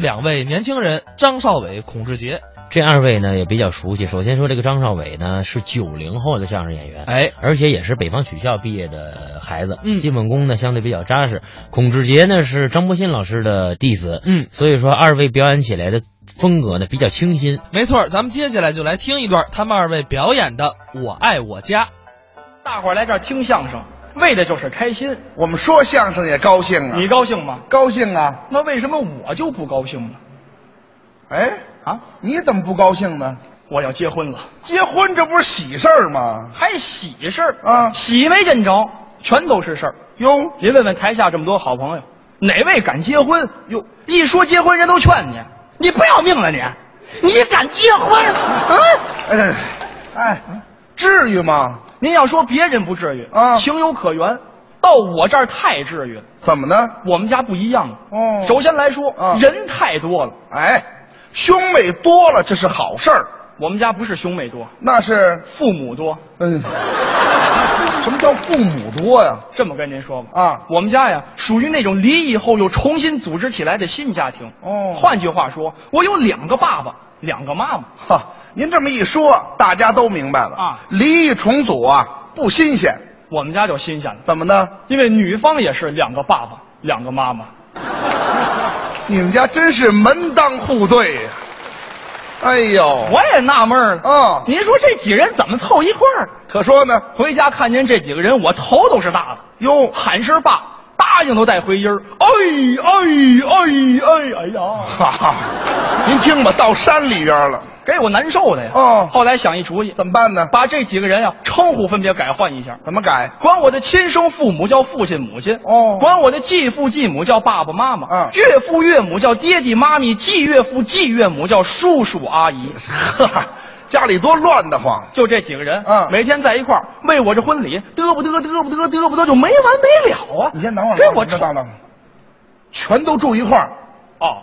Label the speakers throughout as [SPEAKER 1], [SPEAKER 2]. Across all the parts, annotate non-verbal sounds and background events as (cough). [SPEAKER 1] 两位年轻人张少伟、孔志杰。
[SPEAKER 2] 这二位呢也比较熟悉。首先说这个张少伟呢是九零后的相声演员，
[SPEAKER 1] 哎，
[SPEAKER 2] 而且也是北方曲校毕业的孩子，
[SPEAKER 1] 嗯
[SPEAKER 2] 基本功呢相对比较扎实。孔志杰呢是张伯鑫老师的弟子，
[SPEAKER 1] 嗯，
[SPEAKER 2] 所以说二位表演起来的风格呢比较清新。
[SPEAKER 1] 没错儿，咱们接下来就来听一段他们二位表演的《我爱我家》。
[SPEAKER 3] 大伙儿来这儿听相声，为的就是开心。
[SPEAKER 4] 我们说相声也高兴啊，
[SPEAKER 3] 你高兴吗？
[SPEAKER 4] 高兴啊？
[SPEAKER 3] 那为什么我就不高兴呢？
[SPEAKER 4] 哎啊，你怎么不高兴呢？
[SPEAKER 3] 我要结婚了，
[SPEAKER 4] 结婚这不是喜事儿吗？
[SPEAKER 3] 还喜事儿
[SPEAKER 4] 啊
[SPEAKER 3] 喜没见着，全都是事儿。
[SPEAKER 4] 哟，
[SPEAKER 3] 您问问台下这么多好朋友，哪位敢结婚？哟，一说结婚，人都劝你，你不要命了你，你敢结婚？嗯，
[SPEAKER 4] 哎哎，至于吗？
[SPEAKER 3] 您要说别人不至于
[SPEAKER 4] 啊
[SPEAKER 3] 情有可原，到我这儿太至于了。
[SPEAKER 4] 怎么呢？
[SPEAKER 3] 我们家不一样了。
[SPEAKER 4] 哦
[SPEAKER 3] 首先来说，
[SPEAKER 4] 啊
[SPEAKER 3] 人太多了。
[SPEAKER 4] 哎，兄妹多了这是好事儿，
[SPEAKER 3] 我们家不是兄妹多，
[SPEAKER 4] 那是
[SPEAKER 3] 父母多。
[SPEAKER 4] 嗯，什么叫父母多呀？
[SPEAKER 3] 这么跟您说吧，
[SPEAKER 4] 啊
[SPEAKER 3] 我们家呀属于那种离异后又重新组织起来的新家庭。
[SPEAKER 4] 哦
[SPEAKER 3] 换句话说，我有两个爸爸，两个妈妈。
[SPEAKER 4] 哈，您这么一说，大家都明白了
[SPEAKER 3] 啊
[SPEAKER 4] 离异重组啊，不新鲜，
[SPEAKER 3] 我们家就新鲜了，
[SPEAKER 4] 怎么呢？
[SPEAKER 3] 因为女方也是两个爸爸，两个妈妈。
[SPEAKER 4] 你们家真是门当户对呀！哎呦，
[SPEAKER 3] 我也纳闷儿了，
[SPEAKER 4] 哦
[SPEAKER 3] 您说这几人怎么凑一块儿？
[SPEAKER 4] 可说呢，
[SPEAKER 3] 回家看见这几个人，我头都是大的。
[SPEAKER 4] 哟，
[SPEAKER 3] 喊声爸，答应都带回音儿。哎哎哎哎哎呀，
[SPEAKER 4] 哈哈，您听吧，到山里边了，
[SPEAKER 3] 给我难受的呀。
[SPEAKER 4] 哦
[SPEAKER 3] 后来想一主意，
[SPEAKER 4] 怎么办呢？
[SPEAKER 3] 把这几个人呀、称呼分别改换一下，
[SPEAKER 4] 怎么改？
[SPEAKER 3] 管我的亲生父母叫父亲母亲，
[SPEAKER 4] 哦
[SPEAKER 3] 管我的继父继母叫爸爸妈妈，
[SPEAKER 4] 嗯
[SPEAKER 3] 岳父岳母叫爹地妈咪，继岳父继岳母叫叔叔阿姨。
[SPEAKER 4] 哈哈，家里多乱得慌。
[SPEAKER 3] 就这几个人，
[SPEAKER 4] 嗯
[SPEAKER 3] 每天在一块儿为我这婚礼嘚不嘚嘚不嘚嘚不嘚就没完没了啊！
[SPEAKER 4] 你先等会儿，
[SPEAKER 3] 这我
[SPEAKER 4] 知道了，全都住一块儿，
[SPEAKER 3] 哦，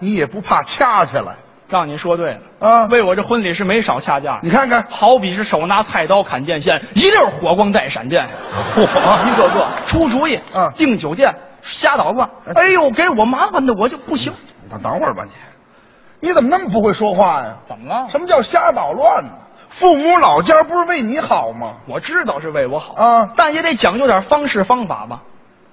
[SPEAKER 4] 你也不怕掐起来
[SPEAKER 3] 让你说对了。
[SPEAKER 4] 啊？
[SPEAKER 3] 为我这婚礼是没少掐架，
[SPEAKER 4] 你看看，
[SPEAKER 3] 好比是手拿菜刀砍电线，一溜火光带闪电，
[SPEAKER 4] 嚯
[SPEAKER 3] 一个个出主意，
[SPEAKER 4] 嗯
[SPEAKER 3] 订酒店，瞎捣乱，哎呦，给我麻烦的我就不行。
[SPEAKER 4] 等等会儿吧你，你怎么那么不会说话呀？
[SPEAKER 3] 怎么了
[SPEAKER 4] 什么叫瞎捣乱呢？哦父母老家不是为你好吗？
[SPEAKER 3] 我知道是为我好
[SPEAKER 4] 啊
[SPEAKER 3] 但也得讲究点方式方法吧。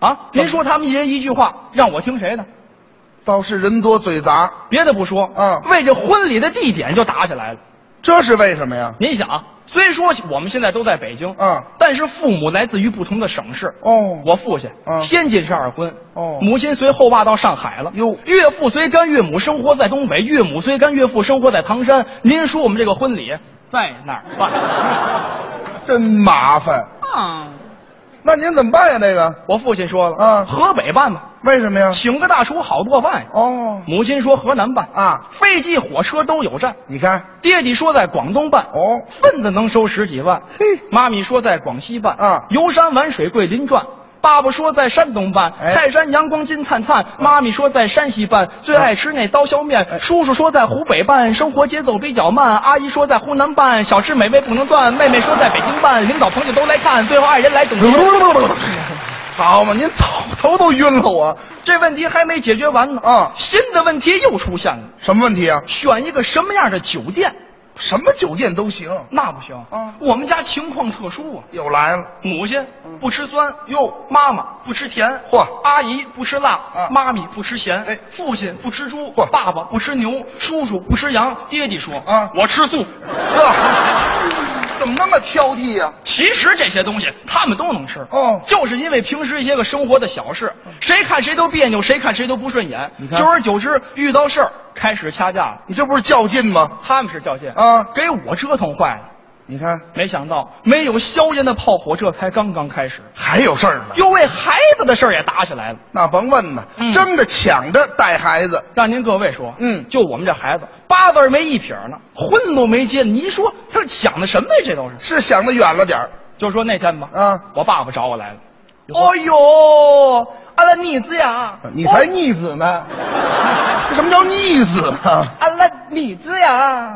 [SPEAKER 3] 啊，您说他们一人一句话，让我听谁的？
[SPEAKER 4] 倒是人多嘴杂，
[SPEAKER 3] 别的不说，
[SPEAKER 4] 嗯
[SPEAKER 3] 为这婚礼的地点就打起来了。
[SPEAKER 4] 这是为什么呀？
[SPEAKER 3] 您想，虽说我们现在都在北京，
[SPEAKER 4] 嗯
[SPEAKER 3] 但是父母来自于不同的省市。
[SPEAKER 4] 哦
[SPEAKER 3] 我父亲，
[SPEAKER 4] 嗯
[SPEAKER 3] 天津是二婚，
[SPEAKER 4] 哦
[SPEAKER 3] 母亲随后爸到上海了，
[SPEAKER 4] 哟
[SPEAKER 3] 岳父随干岳母生活在东北，岳母随干岳父生活在唐山。您说我们这个婚礼在哪儿办？
[SPEAKER 4] (laughs) 真麻烦。
[SPEAKER 3] 啊，
[SPEAKER 4] 那您怎么办呀？这个
[SPEAKER 3] 我父亲说了，
[SPEAKER 4] 嗯
[SPEAKER 3] 河北办吧，
[SPEAKER 4] 为什么呀？
[SPEAKER 3] 请个大厨好做饭呀。
[SPEAKER 4] 哦，
[SPEAKER 3] 母亲说河南办，
[SPEAKER 4] 啊，
[SPEAKER 3] 飞机火车都有站。
[SPEAKER 4] 你看，
[SPEAKER 3] 爹地说在广东办，
[SPEAKER 4] 哦 (laughs)
[SPEAKER 3] 份子能收十几万。
[SPEAKER 4] 嘿
[SPEAKER 3] 妈咪说在广西办，
[SPEAKER 4] 啊
[SPEAKER 3] 游山玩水桂林转。爸爸说在山东办，
[SPEAKER 4] 哎
[SPEAKER 3] 泰山阳光金灿灿。妈咪说在山西办，最爱吃那刀削面。叔叔说在湖北办，生活节奏比较慢。阿姨说在湖南办，小吃美味不能断。妹妹说在北京办，领导朋友都来看。最后爱人来总结。
[SPEAKER 4] 好嘛，您头头都晕了我。
[SPEAKER 3] 这问题还没解决完呢，
[SPEAKER 4] 啊
[SPEAKER 3] 新的问题又出现了，
[SPEAKER 4] 什么问题啊？
[SPEAKER 3] 选一个什么样的酒店？
[SPEAKER 4] 什么酒店都行。
[SPEAKER 3] 那不行，
[SPEAKER 4] 啊
[SPEAKER 3] 我们家情况特殊啊，
[SPEAKER 4] 又来了，
[SPEAKER 3] 母亲不吃酸，
[SPEAKER 4] 哟
[SPEAKER 3] 妈妈不吃甜，
[SPEAKER 4] 嗯嚯
[SPEAKER 3] 阿姨不吃辣，
[SPEAKER 4] 啊
[SPEAKER 3] 妈咪不吃咸，
[SPEAKER 4] 哎
[SPEAKER 3] 父亲不吃猪，
[SPEAKER 4] 嚯
[SPEAKER 3] 爸爸不吃牛，叔叔不吃羊，爹地说，
[SPEAKER 4] 啊
[SPEAKER 3] 我吃素。
[SPEAKER 4] 呵，怎么那么挑剔呀、
[SPEAKER 3] 其实这些东西他们都能吃，
[SPEAKER 4] 哦嗯
[SPEAKER 3] 就是因为平时一些个生活的小事，谁看谁都别扭，谁看谁都不顺眼，
[SPEAKER 4] 你看
[SPEAKER 3] 久而久之遇到事儿开始掐架了，
[SPEAKER 4] 你这不是较劲吗？
[SPEAKER 3] 他们是较劲
[SPEAKER 4] 啊
[SPEAKER 3] 给我折腾坏了。
[SPEAKER 4] 你看
[SPEAKER 3] 没想到没有硝烟的炮火，这才刚刚开始，
[SPEAKER 4] 还有事儿呢，
[SPEAKER 3] 又为孩子的事儿也打起来了。
[SPEAKER 4] 那甭问呢，
[SPEAKER 3] 嗯
[SPEAKER 4] 争着抢着带孩子，
[SPEAKER 3] 让您各位说，
[SPEAKER 4] 嗯
[SPEAKER 3] 就我们这孩子，八字儿没一撇儿呢，婚都没结，你一说他是想的什么呀？这都是，
[SPEAKER 4] 是想的远了点儿
[SPEAKER 3] 就说那天吧，
[SPEAKER 4] 啊。
[SPEAKER 3] 我爸爸找我来了，哎呦，阿拉妮子呀，哦
[SPEAKER 4] 你才逆子呢，这什么叫逆子呢？
[SPEAKER 3] 阿拉妮子呀，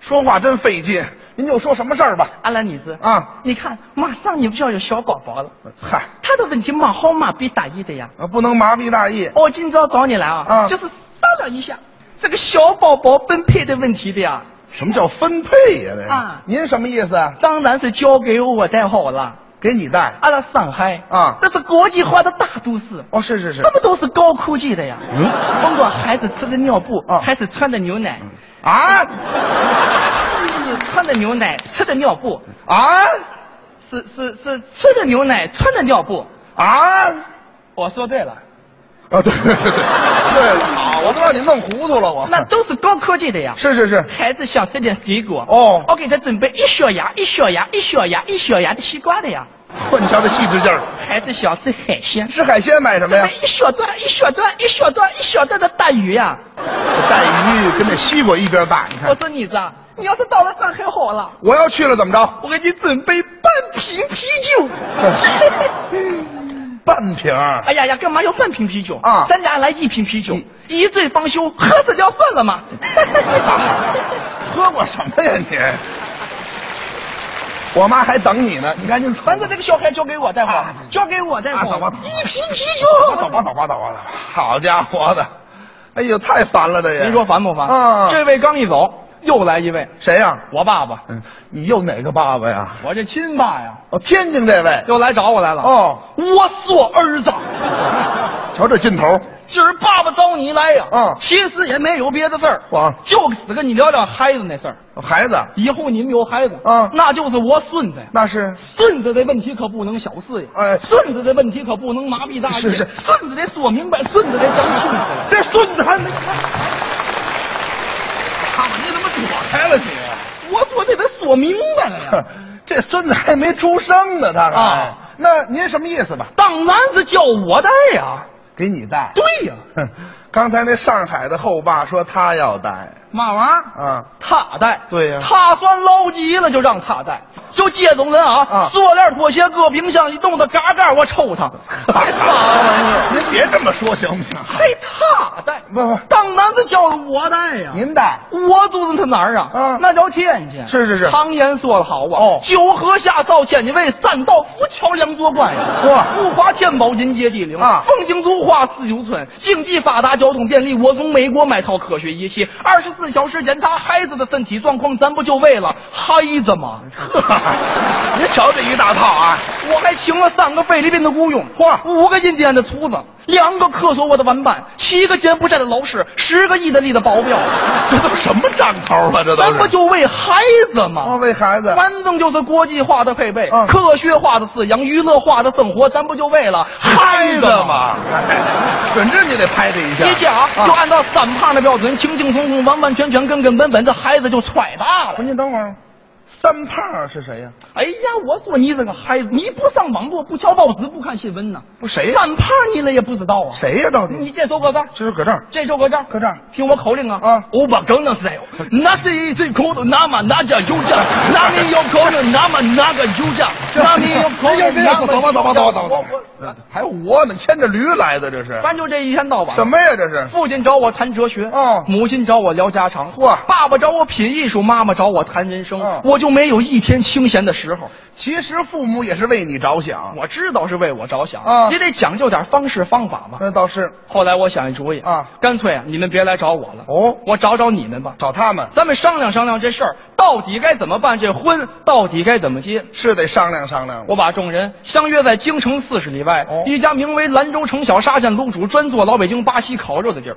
[SPEAKER 4] 说话真费劲，您就说什么事儿吧。
[SPEAKER 3] 阿兰女士
[SPEAKER 4] 啊，
[SPEAKER 3] 你看，马上你们就要有小宝宝了，
[SPEAKER 4] 嗨，
[SPEAKER 3] 他的问题马好马必大意的呀。
[SPEAKER 4] 啊，不能麻痹大意。
[SPEAKER 3] 我今朝找你来啊，
[SPEAKER 4] 啊
[SPEAKER 3] 就是商量一下这个小宝宝分配的问题的呀。
[SPEAKER 4] 什么叫分配呀、这个
[SPEAKER 3] 啊
[SPEAKER 4] 您什么意思啊？
[SPEAKER 3] 当然是交给我带好了。
[SPEAKER 4] 给你带？
[SPEAKER 3] 阿拉上海
[SPEAKER 4] 啊
[SPEAKER 3] 这是国际化的大都市，
[SPEAKER 4] 哦，是是是
[SPEAKER 3] 这。么都是高科技的呀。
[SPEAKER 4] 嗯
[SPEAKER 3] 甭管孩子吃的尿布，
[SPEAKER 4] 啊
[SPEAKER 3] 还是穿的牛奶，
[SPEAKER 4] 啊
[SPEAKER 3] 是穿的牛奶，吃的尿布，
[SPEAKER 4] 啊
[SPEAKER 3] 是是是吃的牛奶，穿的尿布。
[SPEAKER 4] 啊！
[SPEAKER 3] 我说对了，
[SPEAKER 4] 哦，对对对对，好，我都让你弄糊涂了，我。
[SPEAKER 3] 哦那都是高科技的呀。
[SPEAKER 4] 是是是，
[SPEAKER 3] 孩子想吃点水果，
[SPEAKER 4] 哦
[SPEAKER 3] 我给他准备一小牙、一小牙、一小牙、一小牙的西瓜的呀。
[SPEAKER 4] 嚯，你瞧这细致劲儿，
[SPEAKER 3] 孩子想吃海鲜，
[SPEAKER 4] 吃海鲜买什么呀？
[SPEAKER 3] 一小段、一小段、一小段、一小段的大鱼呀、
[SPEAKER 4] 带鱼哎跟那西瓜一边大，你
[SPEAKER 3] 我
[SPEAKER 4] 看。
[SPEAKER 3] 说你子啊，你要是到了上海好了，
[SPEAKER 4] 我要去了怎么着？
[SPEAKER 3] 我给你准备半瓶啤酒。
[SPEAKER 4] (laughs) 半瓶儿。
[SPEAKER 3] 哎呀呀，干嘛要半瓶啤酒
[SPEAKER 4] 啊
[SPEAKER 3] 咱俩来一瓶啤酒，一醉方休，喝死掉算了
[SPEAKER 4] (laughs)
[SPEAKER 3] 嘛。
[SPEAKER 4] 喝过什么呀你？我妈还等你呢，你赶紧出
[SPEAKER 3] 反正这个小孩交给我待会儿
[SPEAKER 4] 啊，
[SPEAKER 3] 交给我待
[SPEAKER 4] 啊
[SPEAKER 3] 会
[SPEAKER 4] 走
[SPEAKER 3] 儿
[SPEAKER 4] 吧走吧，
[SPEAKER 3] 一瓶啤
[SPEAKER 4] 我
[SPEAKER 3] 酒。
[SPEAKER 4] 走吧走吧走吧走吧，好家伙的，哎呦太烦了这也。
[SPEAKER 3] 您说烦不烦？
[SPEAKER 4] 啊，
[SPEAKER 3] 这位刚一走，又来一位，
[SPEAKER 4] 谁呀、
[SPEAKER 3] 我爸爸，
[SPEAKER 4] 嗯，你又哪个爸爸呀？
[SPEAKER 3] 我这亲爸呀，
[SPEAKER 4] 哦，天津这位。
[SPEAKER 3] 又来找我来了。
[SPEAKER 4] 哦，
[SPEAKER 3] 我是我儿子，
[SPEAKER 4] 瞧这劲头，
[SPEAKER 3] 今儿爸爸找你来呀。
[SPEAKER 4] 嗯
[SPEAKER 3] 其实也没有别的事儿，
[SPEAKER 4] 我
[SPEAKER 3] 就只跟你聊聊孩子那事儿。
[SPEAKER 4] 孩子
[SPEAKER 3] 以后你们有孩子，
[SPEAKER 4] 嗯
[SPEAKER 3] 那就是我孙子呀。
[SPEAKER 4] 那是
[SPEAKER 3] 孙子的问题可不能小视呀，
[SPEAKER 4] 哎
[SPEAKER 3] 孙子的问题可不能麻痹大意，
[SPEAKER 4] 是是
[SPEAKER 3] 孙子得说明白，孙子得当孙子呀。
[SPEAKER 4] 这孙子还没。看你怎么躲开了你？
[SPEAKER 3] 我说这得说明白了哎呀，
[SPEAKER 4] 这孙子还没出生呢，他还。
[SPEAKER 3] 啊
[SPEAKER 4] 那您什么意思吧？
[SPEAKER 3] 当然是叫我带呀。
[SPEAKER 4] 给你带。
[SPEAKER 3] 对呀，
[SPEAKER 4] 哼， (laughs) 刚才那上海的后爸说他要带
[SPEAKER 3] 嘛玩意儿？ (laughs)
[SPEAKER 4] 啊，
[SPEAKER 3] 他带，
[SPEAKER 4] 对呀
[SPEAKER 3] 他算捞急了就让他带，就这种人啊
[SPEAKER 4] 啊，
[SPEAKER 3] 塑料拖鞋搁冰箱一冻的嘎嘎，我抽
[SPEAKER 4] (laughs)
[SPEAKER 3] 他，还他玩意儿，
[SPEAKER 4] 您别这么说行不行？
[SPEAKER 3] 还 (laughs) 他带，
[SPEAKER 4] 不不
[SPEAKER 3] 当然是叫我带呀，
[SPEAKER 4] 您带 (laughs)
[SPEAKER 3] 我住的他哪儿啊？
[SPEAKER 4] 嗯
[SPEAKER 3] 那叫天津。
[SPEAKER 4] 是是是
[SPEAKER 3] 常言说得好啊，
[SPEAKER 4] 哦
[SPEAKER 3] 九河下造天津卫，三道浮桥梁座关呀。
[SPEAKER 4] 哇
[SPEAKER 3] 物华天宝人杰地灵
[SPEAKER 4] 啊
[SPEAKER 3] 风景如画四九村，经济发达，交通便利。我从美国买套科学仪器，二十四小时检查孩子的身体状况，咱不就为了孩子
[SPEAKER 4] (laughs)
[SPEAKER 3] 吗？
[SPEAKER 4] 您瞧这一大套啊，
[SPEAKER 3] 我还请了三个菲律宾的雇佣，
[SPEAKER 4] 嚯
[SPEAKER 3] 五个印第安的厨子，两个科索沃的玩伴，七个柬埔寨的老师，十个意大利的保镖。
[SPEAKER 4] (laughs) 这都什么账头啊？这都是
[SPEAKER 3] 咱不就为孩子
[SPEAKER 4] 哦
[SPEAKER 3] 吗？
[SPEAKER 4] 为
[SPEAKER 3] (laughs)
[SPEAKER 4] 孩子
[SPEAKER 3] 反正就是国际化的配备，
[SPEAKER 4] 嗯
[SPEAKER 3] 科学化的饲养，娱乐化的生活，咱不就为了孩
[SPEAKER 4] 拍
[SPEAKER 3] 子
[SPEAKER 4] 的
[SPEAKER 3] 吗？
[SPEAKER 4] 嘛？
[SPEAKER 3] (laughs)
[SPEAKER 4] (laughs) 准真你得拍这一下。啊
[SPEAKER 3] 你想，
[SPEAKER 4] 嗯
[SPEAKER 3] 就按照三胖的标准，轻轻松松、完完全全、根根本本，这孩子就揣大
[SPEAKER 4] 不
[SPEAKER 3] 了
[SPEAKER 4] 是。您等会儿，啊三胖是谁呀？
[SPEAKER 3] 哎呀，我说你这个孩子，你不上网络，不瞧报纸，不看新闻呢？
[SPEAKER 4] 不谁哎呀？
[SPEAKER 3] 三胖你了也不知道啊？？
[SPEAKER 4] 谁呀？到底？
[SPEAKER 3] 你这手搁这儿，
[SPEAKER 4] 就是搁这儿，
[SPEAKER 3] 这手搁这儿，
[SPEAKER 4] 搁这儿
[SPEAKER 3] 听我口令啊！
[SPEAKER 4] 啊
[SPEAKER 3] 我把梗能塞哟，那是一最口的，那么那叫油酱，那你有口令，那么那个油酱，那你有口
[SPEAKER 4] 哎呀
[SPEAKER 3] 令，那么
[SPEAKER 4] 走吧走吧走吧走吧
[SPEAKER 3] 我
[SPEAKER 4] 走
[SPEAKER 3] 我
[SPEAKER 4] 吧，还有我呢，牵着驴来的这是
[SPEAKER 3] 咱就这一天到晚
[SPEAKER 4] 什。么呀？这是
[SPEAKER 3] 父亲找我谈哲学，
[SPEAKER 4] 哦
[SPEAKER 3] 母亲找我聊家常，
[SPEAKER 4] 嚯
[SPEAKER 3] 爸爸找我品艺术，妈妈找我谈人生，
[SPEAKER 4] 嗯
[SPEAKER 3] 我就没有一天清闲的时候。
[SPEAKER 4] 其实父母也是为你着想，
[SPEAKER 3] 我知道是为我着想，
[SPEAKER 4] 啊
[SPEAKER 3] 也得讲究点方式方法嘛。
[SPEAKER 4] 那倒是
[SPEAKER 3] 后来我想一主意
[SPEAKER 4] 啊
[SPEAKER 3] 干脆啊，你们别来找我了，
[SPEAKER 4] 哦
[SPEAKER 3] 我找找你们吧。
[SPEAKER 4] 找他们
[SPEAKER 3] 咱们商量商量这事儿，到底该怎么办？这婚到底该怎么结？
[SPEAKER 4] 是得商量商量了。
[SPEAKER 3] 我把众人相约在京城四十里外、
[SPEAKER 4] 哦
[SPEAKER 3] 一家名为兰州城小沙县卤煮，专做老北京巴西烤肉的地儿，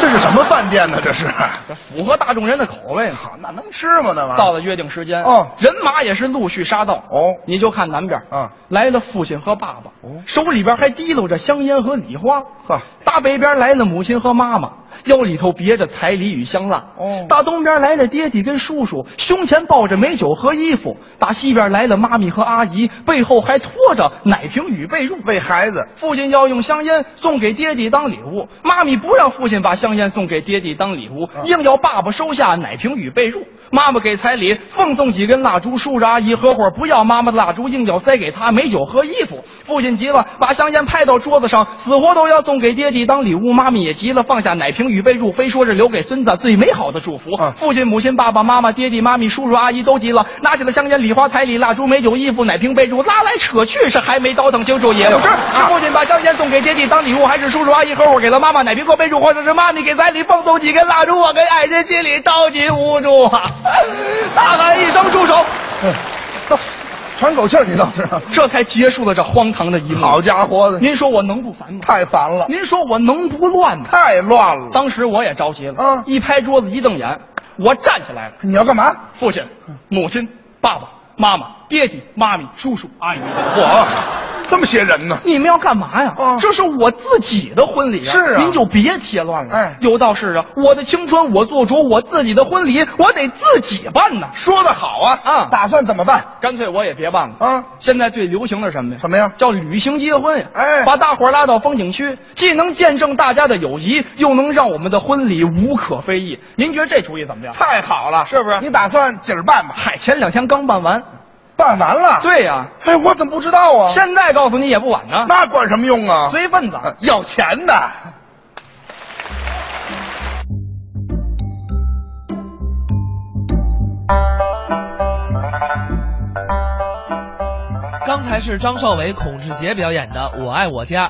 [SPEAKER 4] 这是什么饭店呢？
[SPEAKER 3] (laughs)
[SPEAKER 4] 这是？
[SPEAKER 3] 这符合大众人的口味嘛。
[SPEAKER 4] 好，那能吃吗？那玩意儿
[SPEAKER 3] 到了约定时间，
[SPEAKER 4] 哦
[SPEAKER 3] 人马也是陆续杀到。
[SPEAKER 4] 哦
[SPEAKER 3] 你就看南边，
[SPEAKER 4] 嗯
[SPEAKER 3] 来了父亲和爸爸，
[SPEAKER 4] 哦
[SPEAKER 3] 手里边还提溜着香烟和礼花。
[SPEAKER 4] 呵
[SPEAKER 3] 大北边来了母亲和妈妈，腰里头别着彩礼与香蜡。
[SPEAKER 4] 哦
[SPEAKER 3] 大东边来了爹地跟叔叔，胸前抱着美酒和衣服。大西边来了妈咪和阿姨，背后还拖着奶瓶与被褥。
[SPEAKER 4] 喂孩子，
[SPEAKER 3] 父亲要用香烟送给爹地当礼物，妈咪不让父亲把香烟送给爹地当礼物，
[SPEAKER 4] 啊
[SPEAKER 3] 硬要爸爸收下奶瓶与被褥。妈妈给彩礼，奉送几根蜡烛，啊叔叔阿姨合伙不要妈妈的蜡烛，硬要塞给他美酒和衣服。父亲急了，把香烟拍到桌子上，死活都要送给爹地当礼物。妈咪也急了，放下奶瓶与语未入，非说是留给孙子最美好的祝福。
[SPEAKER 4] 啊
[SPEAKER 3] 父亲、母亲、爸爸妈妈、爹地、妈咪、叔叔、阿姨都急了，拿起了香烟、礼花、彩礼、蜡烛、美酒、衣服、奶瓶、杯烛，拉来扯去是还没倒腾清楚也不是。是父亲把香烟送给爹地当礼物，还是叔叔阿姨合伙给了妈妈奶瓶和杯烛，或者是妈咪给彩礼放走几根蜡烛？我跟爱人心里着急无助啊！大喊一声住手！
[SPEAKER 4] 喘口气儿，你倒是。
[SPEAKER 3] 这才结束了这荒唐的一幕。
[SPEAKER 4] 好家伙的，
[SPEAKER 3] 您说我能不烦吗？
[SPEAKER 4] 太烦了，
[SPEAKER 3] 您说我能不乱吗？
[SPEAKER 4] 太乱了。
[SPEAKER 3] 当时我也着急了，
[SPEAKER 4] 嗯
[SPEAKER 3] 一拍桌子，一瞪眼，我站起来了。
[SPEAKER 4] 你要干嘛？
[SPEAKER 3] 父亲、母亲、爸爸妈妈、爹地、妈咪、叔叔、阿姨，
[SPEAKER 4] 我这么些人呢？
[SPEAKER 3] 你们要干嘛呀？
[SPEAKER 4] 嗯
[SPEAKER 3] 这是我自己的婚啊礼啊！
[SPEAKER 4] 是啊
[SPEAKER 3] 您就别添乱了。
[SPEAKER 4] 哎
[SPEAKER 3] 有道是啊，我的青春我做主，我自己的婚礼我得自己办呐。
[SPEAKER 4] 说的好啊！
[SPEAKER 3] 啊
[SPEAKER 4] 打算怎么办？
[SPEAKER 3] 干脆我也别办了
[SPEAKER 4] 啊
[SPEAKER 3] 现在最流行的什么呀？
[SPEAKER 4] 什么呀
[SPEAKER 3] 叫旅行结婚呀！
[SPEAKER 4] 哎
[SPEAKER 3] 把大伙儿拉到风景区，既能见证大家的友谊，又能让我们的婚礼无可非议。您觉得这主意怎么样？
[SPEAKER 4] 太好了，
[SPEAKER 3] 是不是
[SPEAKER 4] 你打算今儿办吧？
[SPEAKER 3] 嗨，前两天刚办完。
[SPEAKER 4] 办完了。。
[SPEAKER 3] 对呀、
[SPEAKER 4] 哎，我怎么不知道啊？
[SPEAKER 3] 现在告诉你也不晚呢。
[SPEAKER 4] 那管什么用啊？
[SPEAKER 3] 随份子，
[SPEAKER 4] 呃要钱的。
[SPEAKER 1] 刚才是张少伟、孔志杰表演的《我爱我家》，